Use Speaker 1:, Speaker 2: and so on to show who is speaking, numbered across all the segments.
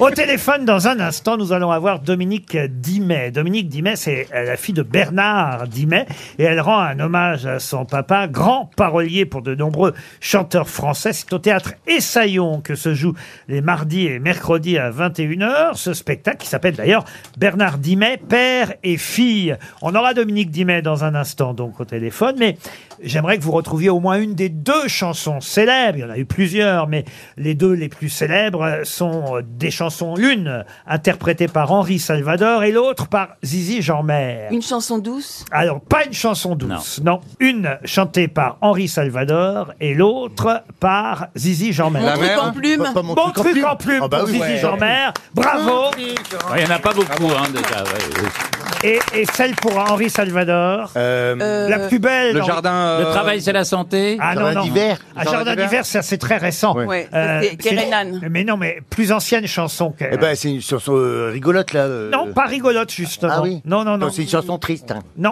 Speaker 1: Au téléphone, dans un instant, nous allons avoir Dominique Dimet. Dominique Dimet, c'est euh, la fille de Bernard Dimet. Et elle rend un hommage à son papa, grand parolier pour de nombreux chanteurs français. C'est au théâtre Essaillon que se joue les mardis et mercredis à 21h. Ce spectacle qui s'appelle d'ailleurs Bernard Dimet, père et fille. On aura Dominique Dimet dans un instant, donc au téléphone. Mais j'aimerais que vous retrouviez au moins une des deux chansons célèbres. Il y en a eu plusieurs, mais les deux les plus célèbres euh, sont euh, des chansons, l'une interprétée par Henri Salvador et l'autre par Zizi Jeanmer.
Speaker 2: Une chanson douce
Speaker 1: Alors, pas une chanson douce, non. Une chantée par Henri Salvador et l'autre par Zizi Jeanmer.
Speaker 2: Mon truc en plume
Speaker 1: Bon truc en plume
Speaker 3: Ah bah
Speaker 1: pour
Speaker 3: oui,
Speaker 1: Zizi
Speaker 3: ouais.
Speaker 1: Jeanmer. Bravo
Speaker 4: Ouais, Il n'y en a pas
Speaker 1: Ah
Speaker 4: beaucoup, hein, déjà. ouais.
Speaker 1: et, et celle pour Henri Salvador.
Speaker 2: Euh,
Speaker 1: la plus belle.
Speaker 3: Le
Speaker 1: Henri-
Speaker 5: euh,
Speaker 3: jardin.
Speaker 4: Le travail, c'est la santé.
Speaker 1: Euh, Ah non,
Speaker 3: Jardin
Speaker 1: non.
Speaker 3: d'hiver.
Speaker 1: Ah, Jardin
Speaker 3: Jardin
Speaker 1: d'hiver,
Speaker 3: d'hiver,
Speaker 1: ça, c'est très récent. Euh,
Speaker 3: Ouais.
Speaker 2: Ouais, c'est Kerenan.
Speaker 1: mais non, mais plus ancienne chanson que.
Speaker 3: Eh ben, c'est une chanson euh, rigolote, là. euh.
Speaker 1: non, pas rigolote, justement.
Speaker 3: Ah oui
Speaker 1: Non, non, non.
Speaker 3: Non, c'est une chanson triste. hein.
Speaker 1: Non.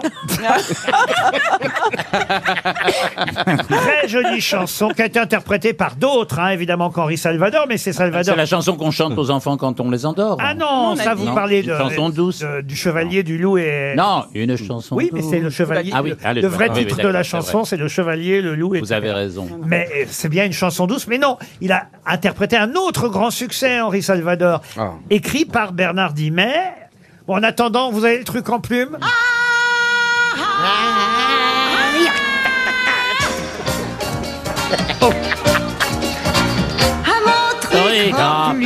Speaker 1: Très jolie chanson qui a été interprétée par d'autres, hein, évidemment qu'Henri Salvador, mais c'est
Speaker 4: Ah, C'est
Speaker 1: Salvador.
Speaker 4: la chanson qu'on chante aux enfants quand on les endort.
Speaker 1: Ah non,
Speaker 2: Non,
Speaker 1: ça
Speaker 2: on a
Speaker 1: vous
Speaker 2: dit.
Speaker 1: parlez
Speaker 4: Une
Speaker 1: de,
Speaker 4: chanson douce.
Speaker 1: de- du Chevalier, du Loup et.
Speaker 4: Non, une chanson.
Speaker 1: Oui, mais c'est le
Speaker 4: douce.
Speaker 1: Chevalier.
Speaker 4: Ah oui, ah,
Speaker 1: le
Speaker 4: le
Speaker 1: vrai
Speaker 4: Chevalier. Oui,
Speaker 1: titre
Speaker 4: oui,
Speaker 1: de la
Speaker 4: d'accord, c'est
Speaker 1: chanson,
Speaker 4: vrai.
Speaker 1: c'est le Chevalier, le Loup et.
Speaker 4: Vous avez raison.
Speaker 1: Mais euh, c'est bien une chanson douce. Mais non, il a interprété un autre grand succès, Henri Salvador,
Speaker 3: Ah.
Speaker 1: écrit par Bernard Dimet. Bon, en attendant, vous avez le truc en plume
Speaker 4: Oui, grave.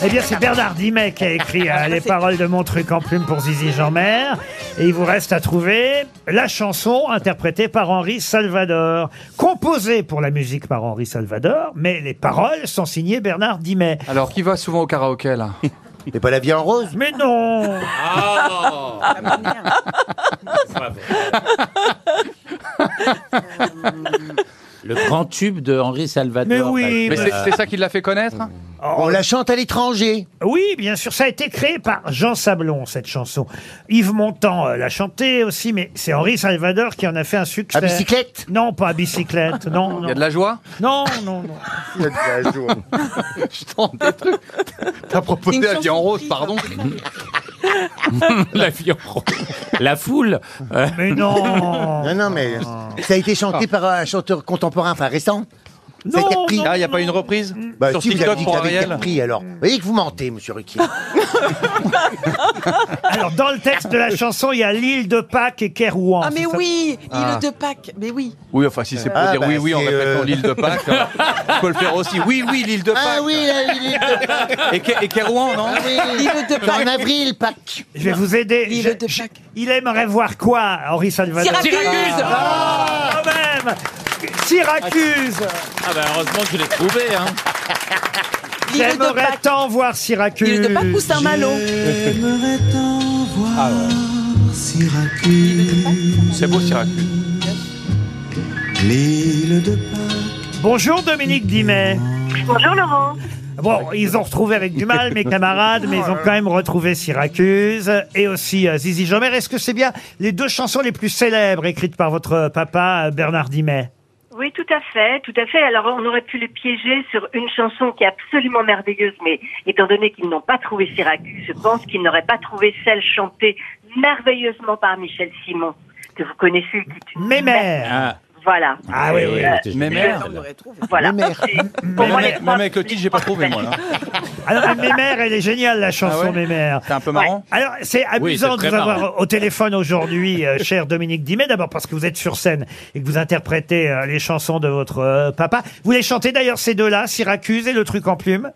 Speaker 1: Eh bien, c'est Bernard Dimet qui a écrit euh, les paroles de Mon truc en plume pour Zizi Jeanmer. Et il vous reste à trouver la chanson interprétée par Henri Salvador, composée pour la musique par Henri Salvador, mais les paroles sont signées Bernard Dimet.
Speaker 5: Alors, qui va souvent au karaoké, là
Speaker 3: C'est pas la vie en rose
Speaker 1: Mais non
Speaker 4: Le grand tube de Henri Salvador.
Speaker 1: Mais oui,
Speaker 5: Mais c'est
Speaker 4: Euh,
Speaker 5: c'est ça qui l'a fait connaître
Speaker 1: Oh.
Speaker 3: On la chante à l'étranger.
Speaker 1: Oui, bien sûr, ça a été créé par Jean Sablon, cette chanson. Yves Montand euh, l'a chantée aussi, mais c'est Henri Salvador qui en a fait un succès.
Speaker 3: À bicyclette
Speaker 1: Non, pas à bicyclette, non,
Speaker 5: Il y
Speaker 1: non,
Speaker 5: a de la joie
Speaker 1: non, non, non.
Speaker 5: Je tente des trucs. T'as proposé
Speaker 2: Une
Speaker 5: la vie en
Speaker 2: chanson
Speaker 5: rose,
Speaker 2: triste.
Speaker 5: pardon.
Speaker 4: la vie en rose. La foule. euh,
Speaker 1: mais non.
Speaker 3: Non, non,
Speaker 1: Oh.
Speaker 3: mais ça a été chanté par un chanteur contemporain, enfin récent. Ça a été
Speaker 1: Non,
Speaker 3: repris.
Speaker 1: non.
Speaker 5: Ah, il n'y a pas une reprise
Speaker 3: Bah,
Speaker 5: Sur
Speaker 3: si vous avez
Speaker 5: TikTok
Speaker 3: dit que
Speaker 5: pour
Speaker 3: l'avez été
Speaker 5: Ariel
Speaker 3: repris, alors. Vous voyez que vous mentez, monsieur Ruquier.
Speaker 1: Alors, dans le texte de la chanson, il y a l'île de Pâques et Kérouan.
Speaker 2: Ah mais
Speaker 1: c'est ça
Speaker 2: oui, il
Speaker 5: Ah.
Speaker 2: de Pâques, mais oui.
Speaker 5: Oui, enfin, si c'est pour
Speaker 3: Ah,
Speaker 5: dire
Speaker 3: bah,
Speaker 5: oui, oui, on
Speaker 3: c'est,
Speaker 5: appelle
Speaker 3: euh,
Speaker 5: l'île de Pâques. On peut le faire aussi. Oui, oui, l'île de Pâques.
Speaker 3: Ah oui, la- il est-
Speaker 5: Et, Ké- et Kérouan, non
Speaker 3: ah oui.
Speaker 2: Il veut de
Speaker 3: En
Speaker 2: Pâques.
Speaker 3: avril, Pâques.
Speaker 1: Je vais vous aider.
Speaker 2: L'île
Speaker 1: Je-
Speaker 2: de
Speaker 1: je-
Speaker 2: Pâques.
Speaker 1: Il aimerait voir quoi, Henri Salvador
Speaker 2: Syracuse
Speaker 1: Ah, quand même Syracuse
Speaker 4: Ah bah heureusement que je l'ai trouvé. Hein.
Speaker 2: L'île de
Speaker 1: J'aimerais
Speaker 2: Pâques.
Speaker 1: tant voir Syracuse
Speaker 2: L'île de Pâques ou Saint-Malo
Speaker 5: C'est beau, Syracuse.
Speaker 1: Bonjour Dominique Dimet.
Speaker 6: Bonjour Laurent.
Speaker 1: Bon, ils ont retrouvé avec du mal mes camarades, mais ils ont quand même retrouvé Syracuse et aussi euh, Zizi Jeanmaire. Est-ce que c'est bien les deux chansons les plus célèbres écrites par votre papa euh, Bernard Dimet
Speaker 6: Oui, tout à fait, tout à fait. Alors, on aurait pu les piéger sur une chanson qui est absolument merveilleuse, mais étant donné qu'ils n'ont pas trouvé Syracuse, je pense qu'ils n'auraient pas trouvé celle chantée merveilleusement par Michel Simon, que vous connaissez, qui est une-
Speaker 1: Mémère.
Speaker 4: Ah,
Speaker 6: Voilà,
Speaker 1: Ah oui, oui.
Speaker 4: oui.
Speaker 5: Mais merde.
Speaker 6: voilà.
Speaker 3: Mémère.
Speaker 6: C'est- pour
Speaker 5: Même,
Speaker 6: moi, les
Speaker 5: même
Speaker 6: trois-
Speaker 5: avec le titre, j'ai pas trouvé, moi. là.
Speaker 1: Alors mais Mémère, elle est géniale la chanson
Speaker 5: Ah ouais
Speaker 1: Mémère.
Speaker 5: C'est un peu marrant.
Speaker 1: Alors, c'est amusant de
Speaker 4: très
Speaker 1: vous avoir
Speaker 4: marrant.
Speaker 1: au téléphone aujourd'hui, euh, cher Dominique Dimet, d'abord parce que vous êtes sur scène et que vous interprétez euh, les chansons de votre euh, papa. Vous les chantez d'ailleurs ces deux-là, Syracuse et le truc en plume.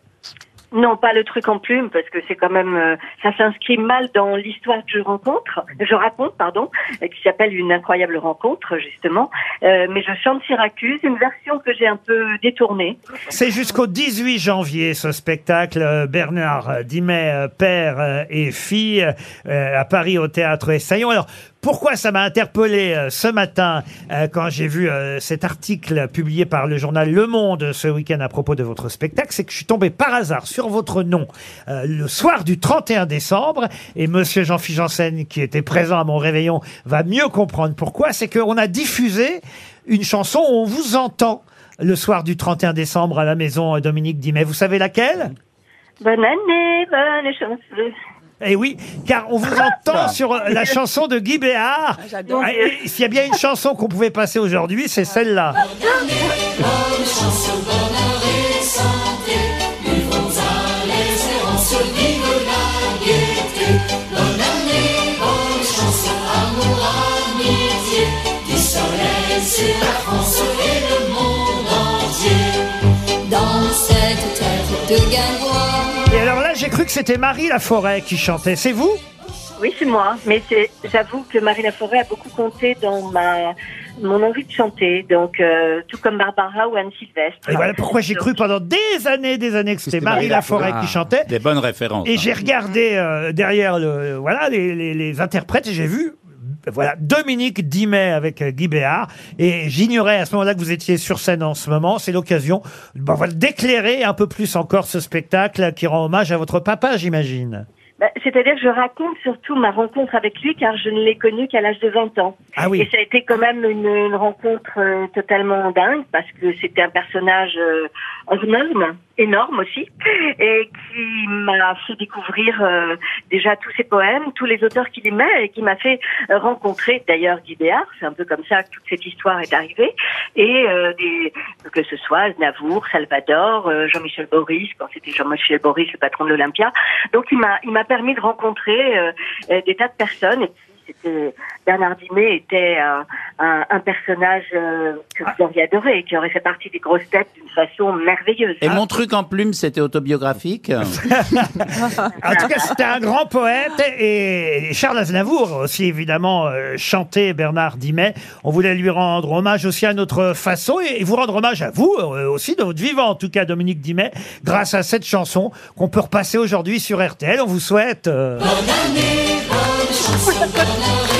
Speaker 6: Non, pas le truc en plume, parce que c'est quand même, euh, ça s'inscrit mal dans l'histoire que je rencontre, je raconte, pardon, euh, qui s'appelle Une incroyable rencontre, justement. Euh, mais je chante Syracuse, une version que j'ai un peu détournée.
Speaker 1: C'est jusqu'au 18 janvier ce spectacle euh, Bernard Dimet euh, père euh, et fille euh, à Paris au théâtre Essaillon. Alors pourquoi ça m'a interpellé euh, ce matin euh, quand j'ai vu euh, cet article publié par le journal Le Monde ce week-end à propos de votre spectacle, c'est que je suis tombé par hasard sur votre nom euh, le soir du 31 décembre et monsieur Jean-Philippe Janssen qui était présent à mon réveillon va mieux comprendre pourquoi, c'est qu'on a diffusé une chanson où on vous entend le soir du 31 décembre à la maison euh, Dominique Dimet. Vous savez laquelle
Speaker 6: Bonne année, bonne chance.
Speaker 1: Eh oui, car on vous entend sur euh, la chanson de Guy Béard.
Speaker 2: j'adore.
Speaker 1: Ah, et S'il y a bien une chanson qu'on pouvait passer aujourd'hui, c'est celle-là.
Speaker 7: Dans cette terre de Galois,
Speaker 1: Et alors là, j'ai cru que c'était Marie Laforêt qui chantait. C'est vous
Speaker 6: Oui, c'est moi. Mais c'est- j'avoue que Marie Laforêt a beaucoup compté dans ma mon envie de chanter. Donc, euh, tout comme Barbara ou Anne Sylvestre.
Speaker 1: Et voilà pourquoi j'ai cru pendant des années, des années que c'était Marie Laforêt qui chantait.
Speaker 4: Des bonnes références.
Speaker 1: Et
Speaker 4: hein.
Speaker 1: j'ai regardé euh, derrière le, voilà, les, les- les interprètes et j'ai vu voilà, Dominique Dimet avec euh, Guy Béard. Et j'ignorais à ce moment-là que vous étiez sur scène en ce moment. C'est l'occasion bah, voilà, d'éclairer un peu plus encore ce spectacle qui rend hommage à votre papa, j'imagine.
Speaker 6: Bah, C'est-à-dire que je raconte surtout ma rencontre avec lui car je ne l'ai connu qu'à l'âge de 20 ans.
Speaker 1: Ah oui.
Speaker 6: Et ça a été quand même une, une rencontre euh, totalement dingue parce que c'était un personnage euh, énorme, énorme aussi, et qui m'a fait découvrir euh, déjà tous ses poèmes, tous les auteurs qu'il aimait et qui m'a fait euh, rencontrer d'ailleurs Guy Béard. C'est un peu comme ça que toute cette histoire est arrivée. Et euh, des- que ce soit Navour, Salvador, euh, Jean-Michel Boris, quand c'était Jean-Michel Boris, le patron de l'Olympia. Donc il m'a il m'a permis de rencontrer euh, euh, des tas de personnes. Et puis, c'était Bernard Dimet était euh, un, un personnage euh, que vous auriez adoré et qui aurait fait partie des grosses têtes d'une façon merveilleuse.
Speaker 4: Et
Speaker 1: Ah.
Speaker 4: mon truc en plume, c'était autobiographique.
Speaker 1: En tout cas, c'était un grand poète et et Charles Aznavour aussi, évidemment, euh, chantait Bernard Dimet. On voulait lui rendre hommage aussi à notre façon et et vous rendre hommage à vous euh, aussi, de votre vivant, en tout cas, Dominique Dimet, grâce à cette chanson qu'on peut repasser aujourd'hui sur RTL. On vous souhaite... euh,
Speaker 7: bonne année, bonne chanson, bonne année.